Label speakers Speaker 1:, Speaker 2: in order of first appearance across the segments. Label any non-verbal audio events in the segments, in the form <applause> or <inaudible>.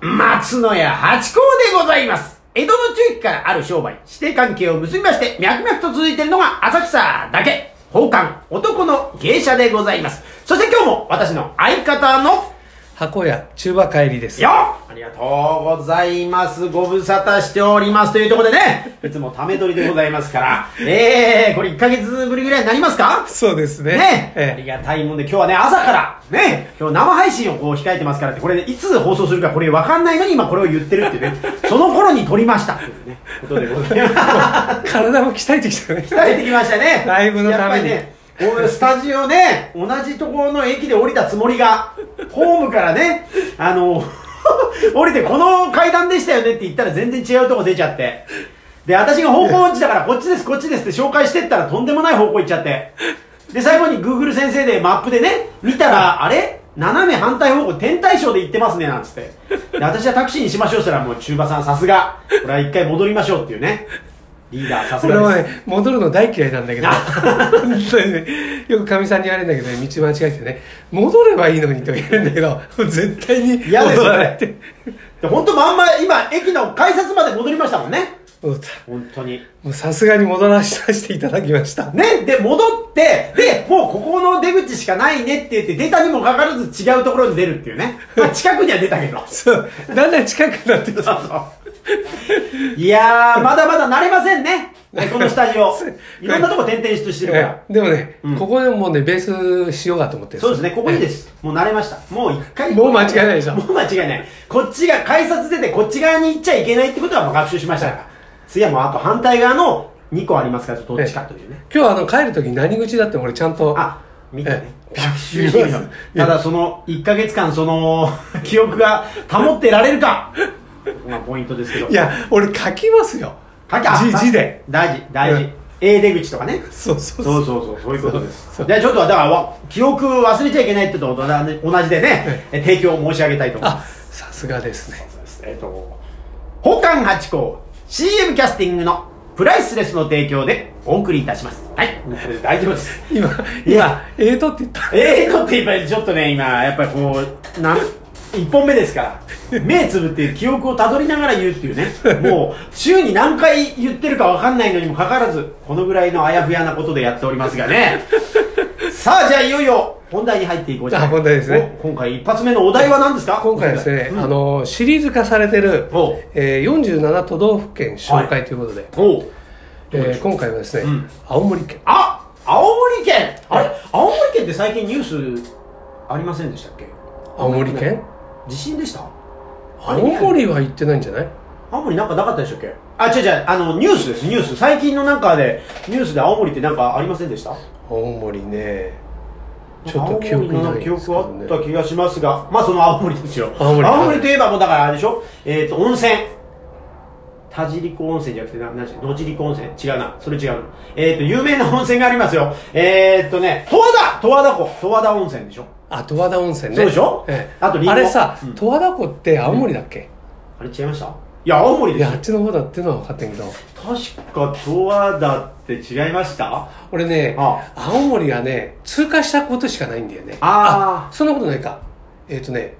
Speaker 1: 松野屋八甲でございます。江戸の中期からある商売、指定関係を結びまして、脈々と続いているのが浅草だけ、宝冠、男の芸者でございます。そして今日も私の相方の、
Speaker 2: 箱屋中馬帰りです
Speaker 1: よありがとうございます。ご無沙汰しております。というところでね、いつもため取りでございますから、えー、これ1ヶ月ぶりぐらいになりますか
Speaker 2: そうですね
Speaker 1: ね、あり
Speaker 2: え
Speaker 1: がたいもんで、今日はね、朝から、ね、今日生配信をこう控えてますからって、これ、いつ放送するかこれ分かんないのに今これを言ってるっていうね、その頃に撮りましたっていうね、ことでございます。
Speaker 2: え体も鍛え
Speaker 1: <laughs>
Speaker 2: てきたね
Speaker 1: 鍛えてきましたね。
Speaker 2: ライブのた
Speaker 1: やっ
Speaker 2: めに
Speaker 1: ぱりねこういうスタジオね、同じところの駅で降りたつもりが、ホームからね、あの、 <laughs> 降りてこの階段でしたよねって言ったら全然違うとこ出ちゃって。で、私が方向音痴だからこっちですこっちですって紹介してったらとんでもない方向行っちゃって。で、最後に Google 先生でマップでね、見たら、あれ斜め反対方向、天対称で行ってますね、なんつって。で、私はタクシーにしましょうしたらもう中馬さんさすが。これは一回戻りましょうっていうね。リーダーさす
Speaker 2: 俺
Speaker 1: が
Speaker 2: も
Speaker 1: です。
Speaker 2: ね戻るの大嫌いなんだけど
Speaker 1: あ
Speaker 2: 本当にねよくかみさんに言われるんだけどね道間違えてね戻ればいいのにと言われるんだけど絶対に戻
Speaker 1: 嫌ですよね
Speaker 2: らないって
Speaker 1: で本当まんま今駅の改札まで戻りましたもんね
Speaker 2: 戻った
Speaker 1: 本当に
Speaker 2: もうさすがに戻らさせていただきました
Speaker 1: ねで戻ってでもうここの出口しかないねって言って出たにもかかわらず違うところに出るっていうね、
Speaker 2: <laughs>
Speaker 1: まあ、近くには出たけどそ
Speaker 2: そうだんだん近くなってき
Speaker 1: う
Speaker 2: た
Speaker 1: そういやーまだまだ慣れませんねねこのスタジオ
Speaker 2: <laughs>
Speaker 1: いろんなとこ転々としてるから
Speaker 2: ええでもね、
Speaker 1: うん
Speaker 2: ここでもうねベースしようかと思ってる
Speaker 1: そうですねここいいですもう慣れましたもう一回
Speaker 2: もう間違いないでしょ
Speaker 1: もう間違いないこっちが改札出てこっち側に行っちゃいけないってことはもう学習しましたから次はもうあと反対側の2個ありますからどっちかというね
Speaker 2: 今日あの帰る時に何口だって俺ちゃんと
Speaker 1: あ、見てね。
Speaker 2: ええ
Speaker 1: 学習してみよう
Speaker 2: 見ます
Speaker 1: ただその1ヶ月間その <laughs> 記憶が保ってられるか。まあポイントですけど。
Speaker 2: いや俺書きますよ
Speaker 1: 書きゃ
Speaker 2: 字字で。
Speaker 1: 大事、大
Speaker 2: う
Speaker 1: 事
Speaker 2: ん。
Speaker 1: A 出口とかね。
Speaker 2: そうそ
Speaker 1: そ
Speaker 2: うそうう
Speaker 1: そうそう、そういうことです。じ
Speaker 2: そう
Speaker 1: ゃあちょっと、だからわ、記憶忘れちゃいけないってことと同じでね、え提供を申し上げたいと思い
Speaker 2: あ
Speaker 1: ます。
Speaker 2: さすがですね
Speaker 1: えっと、宝冠八甲 CM キャスティングのプライスレスの提供でお送りいたします。はい、これで大丈夫です。
Speaker 2: 今
Speaker 1: いや
Speaker 2: 今ええとって言った
Speaker 1: ええのってやっぱりちょっとね今やっぱりこうなん1本目ですから目つぶって記憶をたどりながら言うっていうねもう週に何回言ってるかわかんないのにもかかわらずこのぐらいのあやふやなことでやっておりますがねさあじゃあいよいよ本題に入っていこうじゃない
Speaker 2: あ本題ですね
Speaker 1: お今回一発目のお題は何ですか
Speaker 2: 今回はですね、
Speaker 1: うん
Speaker 2: あのシリーズ化されてる
Speaker 1: おう、
Speaker 2: えー、47都道府県紹介ということで、
Speaker 1: おう
Speaker 2: えー今回はですね、
Speaker 1: うん
Speaker 2: 青森県
Speaker 1: あ青森県あれ青森県って最近ニュースありませんでしたっけ
Speaker 2: 青森県
Speaker 1: 地震でした
Speaker 2: 青森は行ってないんじゃない
Speaker 1: 青森なんかなかったでしたっけあ、違う違う、あの、ニュースです、ニュース。最近のなんかで、ニュースで青森ってなんかありませんでした
Speaker 2: 青森ねちょっと記憶に
Speaker 1: 青
Speaker 2: ない
Speaker 1: 森の
Speaker 2: です
Speaker 1: 記
Speaker 2: け
Speaker 1: 憶
Speaker 2: ど
Speaker 1: はあ
Speaker 2: ね
Speaker 1: った気がしますが、まあその青森ですよ。
Speaker 2: 青森
Speaker 1: といえばもうだからあれでしょえっ、と、温泉。田尻湖温泉じゃなくて、ななんでしたっけ野尻湖温泉違うな。それ違うな。えっ、と、有名な温泉がありますよ。えっ、とね、十和田十和田湖十和田温泉でしょ
Speaker 2: あ十和田温泉ね
Speaker 1: そうでしょ
Speaker 2: ええ
Speaker 1: あとリンゴ
Speaker 2: れさ
Speaker 1: うん
Speaker 2: 十和田湖って青森だっけ、
Speaker 1: あれ違いましたいや、青森
Speaker 2: い
Speaker 1: です
Speaker 2: や
Speaker 1: よ
Speaker 2: あっ。ちの方だっていうのは分かってんけど
Speaker 1: 確か十和田って違いました
Speaker 2: 俺ね
Speaker 1: あ
Speaker 2: 青森はね通過したことしかないんだよね
Speaker 1: あー
Speaker 2: そんなことないかえっ、とね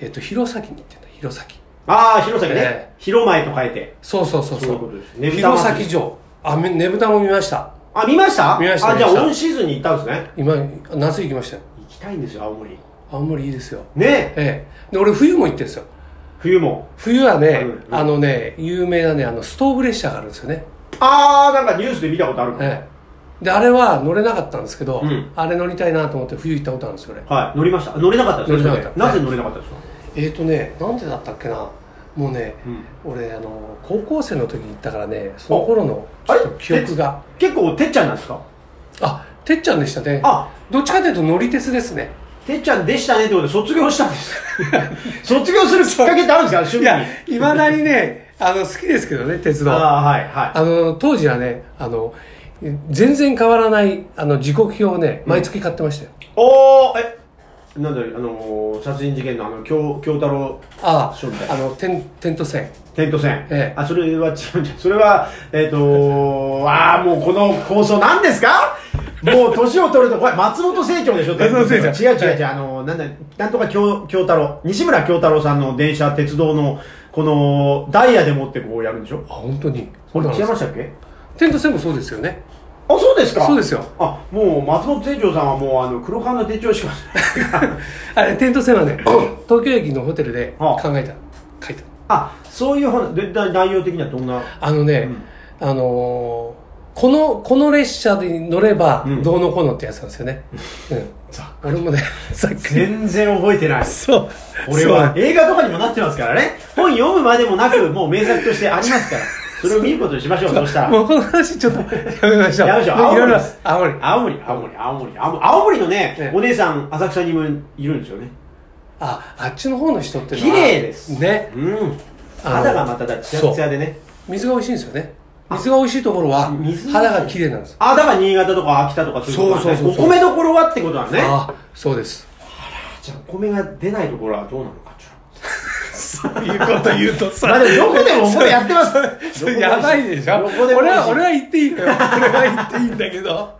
Speaker 2: えっ、と弘前に行ってんだ弘前
Speaker 1: ああ、弘前ね。
Speaker 2: え
Speaker 1: 広前と書いて。
Speaker 2: そうそうそう
Speaker 1: そう
Speaker 2: そ
Speaker 1: いうこと
Speaker 2: う
Speaker 1: ですねぶた
Speaker 2: 弘
Speaker 1: 祭
Speaker 2: 前城あめねぶたも見ました
Speaker 1: あ、見ました
Speaker 2: 見ました
Speaker 1: あ、じゃあ
Speaker 2: 見ました
Speaker 1: オンシーズンに行ったんですね。
Speaker 2: 今夏行きましたよ
Speaker 1: 行きたいんですよ、青森。
Speaker 2: 青森いいですよ
Speaker 1: ねえ
Speaker 2: ええで俺冬も行ってるんですよ
Speaker 1: 冬も。
Speaker 2: 冬はね、
Speaker 1: うんうん
Speaker 2: あのね有名なねあのストーブ列車があるんですよね、
Speaker 1: あー、なんかニュースで見たことあるもん
Speaker 2: ええであれは乗れなかったんですけど、
Speaker 1: うん
Speaker 2: あれ乗りたいなと思って冬行ったことあるんですよね
Speaker 1: はい、乗りました。乗れなかったです
Speaker 2: 乗れなかった
Speaker 1: なぜ乗れなかったですか
Speaker 2: えっ、とねなんでだったっけなもうね、
Speaker 1: うん
Speaker 2: 俺あの高校生の時に行ったからねその頃のち
Speaker 1: あ
Speaker 2: ょ
Speaker 1: れ
Speaker 2: っと記憶が
Speaker 1: 結構、てっちゃんなんですか
Speaker 2: あてっちゃんでしたね
Speaker 1: あ
Speaker 2: どっちかというと乗り鉄ですね
Speaker 1: てっちゃんでしたねってことで卒業したん <laughs> です。卒業するきっかけってあるんですか趣
Speaker 2: い
Speaker 1: 味
Speaker 2: や
Speaker 1: に。
Speaker 2: いまだにねあの好きですけどね鉄道あ
Speaker 1: あー、はい、は
Speaker 2: の当時はねあの全然変わらないあの時刻表をね毎月買ってましたよ、
Speaker 1: い。おー、え、なんだろう、あのー、殺人事件のあの、京京太郎
Speaker 2: あ
Speaker 1: そうみたい
Speaker 2: ああの点点と線
Speaker 1: テント戦、
Speaker 2: ええ
Speaker 1: <laughs> あそれは違うんじゃそれはえっ、とああもうこの放送何ですかもう年を取ると怖い。松本清張でしょ
Speaker 2: 松本清
Speaker 1: 違う
Speaker 2: 張
Speaker 1: 違う違う。あの、なんだ、なんとか京京太郎。西村京太郎さんの電車、鉄道の、この、ダイヤでもってこうやるんでしょ
Speaker 2: あ本当に
Speaker 1: これ違いま
Speaker 2: テ
Speaker 1: したっけ
Speaker 2: ントセブンそうですよね
Speaker 1: あ、そうですか
Speaker 2: そうですよ
Speaker 1: あ、もう松本清張さんはもう、あの、黒缶の手帳しか
Speaker 2: <laughs> あれテントセブンはね東京駅のホテルで考えた書いた
Speaker 1: <laughs> あ、そういう話、でだ内容的にはど
Speaker 2: <laughs>
Speaker 1: んな。
Speaker 2: あのね、あのーこの、この列車に乗れば
Speaker 1: うん、
Speaker 2: どうのこうのってやつなんですよね。うん。俺もね、 <laughs> さっき。
Speaker 1: 全然覚えてない。
Speaker 2: そう。
Speaker 1: 俺は
Speaker 2: そう。
Speaker 1: 映画とかにもなってますからね。本読むまでもなく、もう名作としてあります <laughs> から。それを見ることにしましょう、そうしたら。
Speaker 2: もうこの話ちょっとやめましょう。
Speaker 1: やめましょう
Speaker 2: もい
Speaker 1: 青森
Speaker 2: ろいろ
Speaker 1: です、
Speaker 2: 青森。
Speaker 1: 青森、青森、青森、青森青森のね
Speaker 2: え、え
Speaker 1: お姉さん、浅草にもいるんですよね。
Speaker 2: あ、あっちの方の人ってのは
Speaker 1: 綺麗です
Speaker 2: ね。
Speaker 1: うん。
Speaker 2: あの
Speaker 1: 肌がまただ、ツヤツヤでね。
Speaker 2: 水が美味しいんですよね。水が美味しいところは
Speaker 1: 水、
Speaker 2: 肌が綺麗なんですよ。
Speaker 1: あ、だから新潟とか秋田とかそういうとこなん
Speaker 2: そうそ
Speaker 1: ね。
Speaker 2: うそうそう
Speaker 1: お米どころはってことなんね。
Speaker 2: あそうです。
Speaker 1: じゃあ、お米が出ないところはどうなのか、ちょっと。
Speaker 2: そういうこと言うとさ
Speaker 1: まあでも、どこでもお米やって <laughs> ます。
Speaker 2: それやばいでしょ
Speaker 1: どこでも
Speaker 2: 俺は、俺
Speaker 1: は
Speaker 2: は言っていいのよ。俺は言っていいんだけど。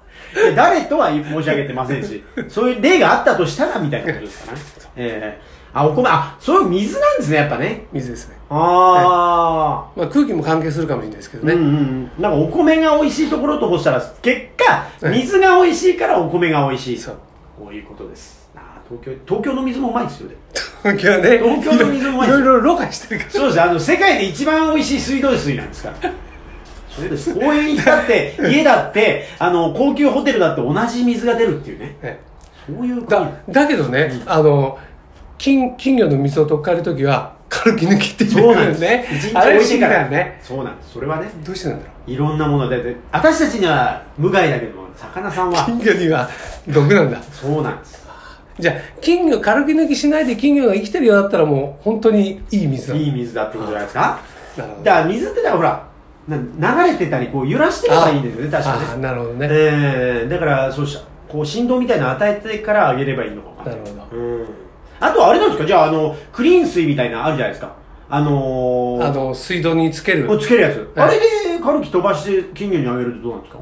Speaker 1: 誰とは申し上げてませんし、そういう例があったとしたらみたいなことですかね。ええあ、お米、あ、そういう水なんですね、やっぱね。
Speaker 2: 水ですね。
Speaker 1: ああ。
Speaker 2: まあ空気も関係するかもしれないですけど
Speaker 1: うん
Speaker 2: ね。
Speaker 1: うんうん、なんかお米が美味しいところとこしたら結果
Speaker 2: うん
Speaker 1: 水が美味しいからお米が美味しい
Speaker 2: そう
Speaker 1: こういうことですあー東京東京の水もうまいですよね
Speaker 2: 東京ね
Speaker 1: 東京の水うまい
Speaker 2: いろいろろ過してるか
Speaker 1: そうですあの世界で一番美味しい水道水なんですからそうです公園行ったって
Speaker 2: <laughs>
Speaker 1: 家だってあの高級ホテルだって同じ水が出るっていうね
Speaker 2: ら、ね、
Speaker 1: そういうこと
Speaker 2: だだけどね、あの金金魚の水を取っかえる時は軽き抜きって言
Speaker 1: そうなんです
Speaker 2: ね
Speaker 1: 一日
Speaker 2: あ
Speaker 1: 美
Speaker 2: れ
Speaker 1: 味しいか
Speaker 2: 不思議だ
Speaker 1: ら
Speaker 2: よね
Speaker 1: そうなんですそれはね
Speaker 2: どうしてなんだろう
Speaker 1: いろんなものでで私たちには無害だけども魚さんは
Speaker 2: 金魚には毒なんだ
Speaker 1: そうなんです
Speaker 2: じゃあ金魚軽き抜きしないで金魚が生きてるようだったらもう本当にいい水だ
Speaker 1: いい水だってことじゃないですか
Speaker 2: なるほど
Speaker 1: だから水ってだからほらな流れてたりこう揺らしてればいいんですよね確
Speaker 2: あ
Speaker 1: か
Speaker 2: ー
Speaker 1: ね
Speaker 2: なるほどね、
Speaker 1: えー、だからそうしたこう振動みたいなの与えてから上げればいいのかもわかんい
Speaker 2: なるほ
Speaker 1: うんあとあれなんですかじゃああのクリーン水みたいなのあるじゃないですかあのー、
Speaker 2: あの水道につける
Speaker 1: こうつけるやつ、
Speaker 2: ええ
Speaker 1: あれで軽く飛ばして金魚にあげるとどうなんですか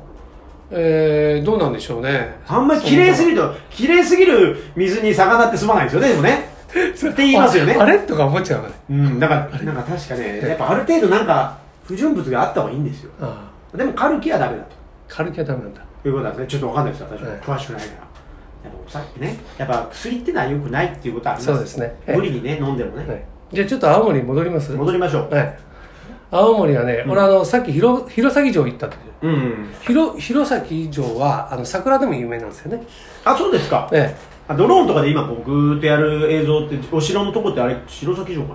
Speaker 2: えー、どうなんでしょうね
Speaker 1: あんまり綺麗すぎると綺麗すぎる水に魚って済まないんですよねでもねって言いますよね
Speaker 2: ああれとか思っちゃうのね
Speaker 1: うんだからなんか確か
Speaker 2: <laughs>
Speaker 1: ねやっぱある程度なんか不純物があった方がいいんですよ
Speaker 2: あ
Speaker 1: でも軽きはダメだと
Speaker 2: ー軽きはダメなんだ
Speaker 1: ということなんですねちょっとわかんないです私も
Speaker 2: はい
Speaker 1: 詳しくないから、やっぱさっきねやっぱ薬ってのは良くないっていうことはあります
Speaker 2: そうですね
Speaker 1: 無理にね飲んでもね、
Speaker 2: はい、じゃあちょっと青森に戻ります
Speaker 1: 戻りましょう、
Speaker 2: はい、青森はね、俺あのさっき広弘前城行ったって
Speaker 1: うん
Speaker 2: 広弘前城はあの桜でも有名なんですよね
Speaker 1: あそうですか
Speaker 2: え
Speaker 1: あドローンとかで今僕とやる映像ってお城のとこってあれ城崎城かな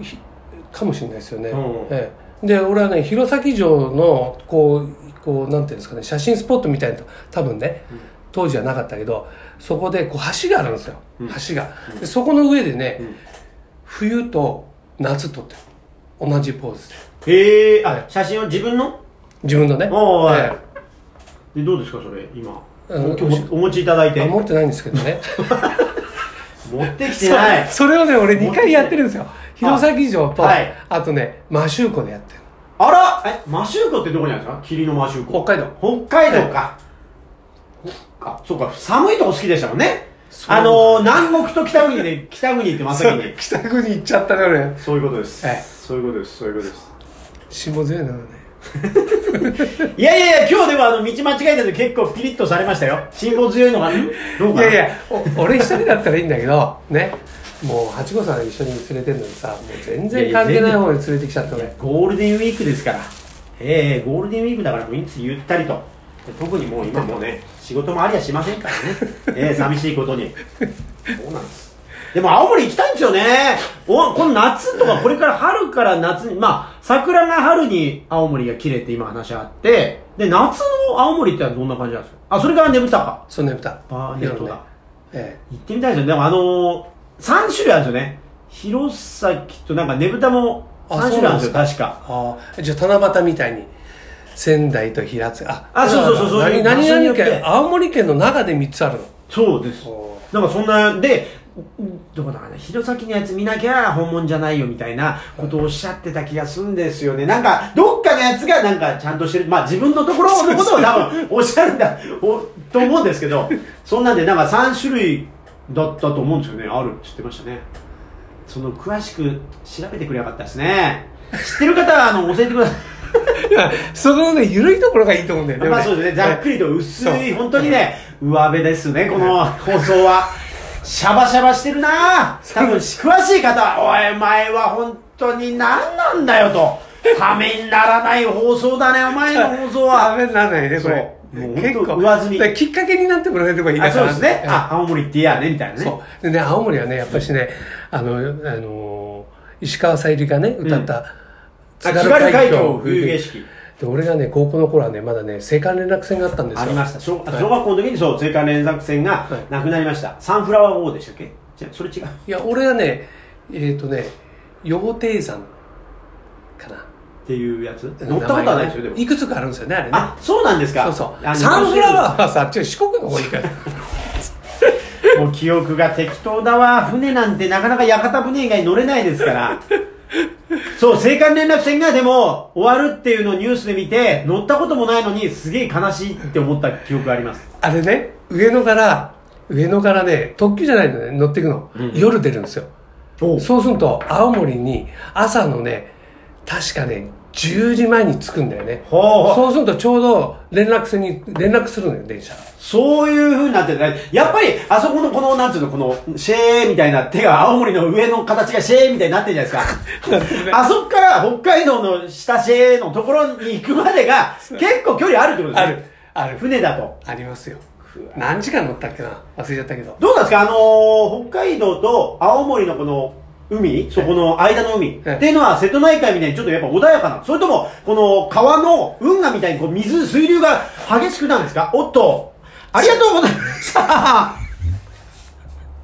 Speaker 2: えかもしれないですよね、
Speaker 1: うん
Speaker 2: ええ、で俺はね弘前城のこうこうなんていうんですかね写真スポットみたいなと多分ね、当時はなかったけどそこでこう橋があるんですよ、
Speaker 1: うん
Speaker 2: 橋がでそこの上でね、
Speaker 1: ん
Speaker 2: 冬と夏とってる同じポーズで
Speaker 1: へえあ写真を自分の
Speaker 2: 自分の
Speaker 1: <laughs>
Speaker 2: ね、
Speaker 1: おーい
Speaker 2: ええ
Speaker 1: でどうですかそれ今
Speaker 2: あの
Speaker 1: お持ちお持ちいただいて
Speaker 2: あ持ってないんですけど
Speaker 1: <laughs>
Speaker 2: ね
Speaker 1: 持ってきてない
Speaker 2: <laughs> そそれをね俺2回やってるんですよ弘前城と、
Speaker 1: はい
Speaker 2: あとね摩周湖でやってる
Speaker 1: あらえマシューコってどこにあるんですか霧のマシューコ
Speaker 2: 北海道
Speaker 1: 北海道か、北あそうか寒いとこ好きでしたもんね
Speaker 2: そう
Speaker 1: あのー、南国と北国で北国って真っ先
Speaker 2: そう
Speaker 1: に
Speaker 2: <laughs> 北国行っちゃったね俺
Speaker 1: そういうことです、
Speaker 2: はい
Speaker 1: そういうことですそういうことです
Speaker 2: 下強いなのね
Speaker 1: <laughs> いやいやいや今日でもあの道間違えたんで結構ピリッとされましたよ辛抱強いのがんどうか
Speaker 2: い
Speaker 1: な
Speaker 2: やいやお <laughs> 俺一人だったらいいんだけどねもう八五さん一緒に連れてるのにさもう
Speaker 1: い
Speaker 2: 全
Speaker 1: やい
Speaker 2: 然
Speaker 1: や
Speaker 2: 関係ない方に連れてきちゃった
Speaker 1: いや
Speaker 2: ね
Speaker 1: ゴールデンウィークですからええゴールデンウィークだからもういつゆったりと特にもう今もうね仕事もありゃしませんからねえ <laughs> え寂しいことにそうなんですでも青森行きたいんですよねおこの夏とかこれから春から夏にまあ桜が春に青森が綺麗って今話あってで夏の青森ってのはどんな感じなんですかあそれから眠たか
Speaker 2: そんな歌
Speaker 1: あーネットだ
Speaker 2: え
Speaker 1: 行ってみたいですよでもあのー、3種類あるんですよね弘前となんかねぶたも3種類あるんですよ確か
Speaker 2: えああじゃあ七夕みたいに仙台と平塚あ
Speaker 1: あそうそうそうそう
Speaker 2: 何
Speaker 1: 場
Speaker 2: 何
Speaker 1: 所によっ
Speaker 2: 々
Speaker 1: て
Speaker 2: 県青森県の中で三つあるの
Speaker 1: そうです
Speaker 2: お
Speaker 1: なんかそんなでどこだかな弘前のやつ見なきゃ本物じゃないよみたいなことをおっしゃってた気がするんですよねなんかどっかのやつがなんかちゃんとしてるまあ自分のところのことを多分おっしゃるんだおと思うんですけど、そんなんでなんか3種類だったと思うんですよね。あるって言ってましたね。その詳しく調べてくれなかったですね。知ってる方はあの教えてください。
Speaker 2: そのね、緩いところがいいと思うんだよね。
Speaker 1: まあそうですね、ざっくりと薄、
Speaker 2: はいい
Speaker 1: 本当にね、上辺ですね、この放送は。シャバシャバしてるなぁ多分、詳しい方は、おい、前は本当に何なんだよと。ためにならない放送だね、お前の放送
Speaker 2: ダ <laughs>
Speaker 1: は。
Speaker 2: メにならないね、これ
Speaker 1: そうもう。
Speaker 2: 結
Speaker 1: 本当
Speaker 2: 構、
Speaker 1: 上積み
Speaker 2: だからきっかけになってもらえればいいか
Speaker 1: あ
Speaker 2: な。
Speaker 1: そうですね。
Speaker 2: うん
Speaker 1: あ、青森って言えやね、みたいなね。
Speaker 2: そう。でね、青森はね、やっぱしね、あの、あのー、石川さゆりがね、歌った、
Speaker 1: あ津軽海峡冬景色。
Speaker 2: で、俺がね、高校の頃はね、まだね、青函連絡船があったんですよ。
Speaker 1: ありました。小
Speaker 2: はい
Speaker 1: 小学校の時にそう、青函連作船が
Speaker 2: はい
Speaker 1: なくなりました。サンフラワー号でしたっけ違う、それ違う。
Speaker 2: いや、俺はね、えっ、とね、予防定山かな。
Speaker 1: っていうやつ乗ったことはないですよ、でも。
Speaker 2: いくつかあるんですよね、あれね。
Speaker 1: あ、そうなんですか。
Speaker 2: そうそう。
Speaker 1: あ
Speaker 2: サンフラワーはさ、ちょっと四国の方に行くから。
Speaker 1: もう記憶が適当だわ船なんてなかなか屋形船以外乗れないですからそう青函連絡船がでも終わるっていうのをニュースで見て乗ったこともないのにすげえ悲しいって思った記憶があります
Speaker 2: あれね、上野から、上野からね、特急じゃないのね、乗っていくの。
Speaker 1: うん
Speaker 2: 夜出るんですよ。そうすると、青森に朝のね、確かね、10時前に着くんだよね。
Speaker 1: ほうほう
Speaker 2: そうするとちょうど連絡船に連絡するのよ、電車。
Speaker 1: そういう風になってるやっぱりあそこのこのなんていうのこのシェーみたいな手が青森の上の形がシェーみたいになってるじゃないですかあそこから北海道の下シェーのところに行くまでが結構距離あるってことです
Speaker 2: あ
Speaker 1: ね
Speaker 2: る、ある。
Speaker 1: 船だと
Speaker 2: ありますよ。何時間乗ったっけな忘れちゃったけど。
Speaker 1: どうなんですかあのー北海道と青森のこの海、そこの間の海、
Speaker 2: ええ
Speaker 1: っていうのは瀬戸内海みたいにちょっとやっぱ穏やかなのそれとも、この川の運河みたいにこう水、水流が激しくなんですかおっと、ありがとうございました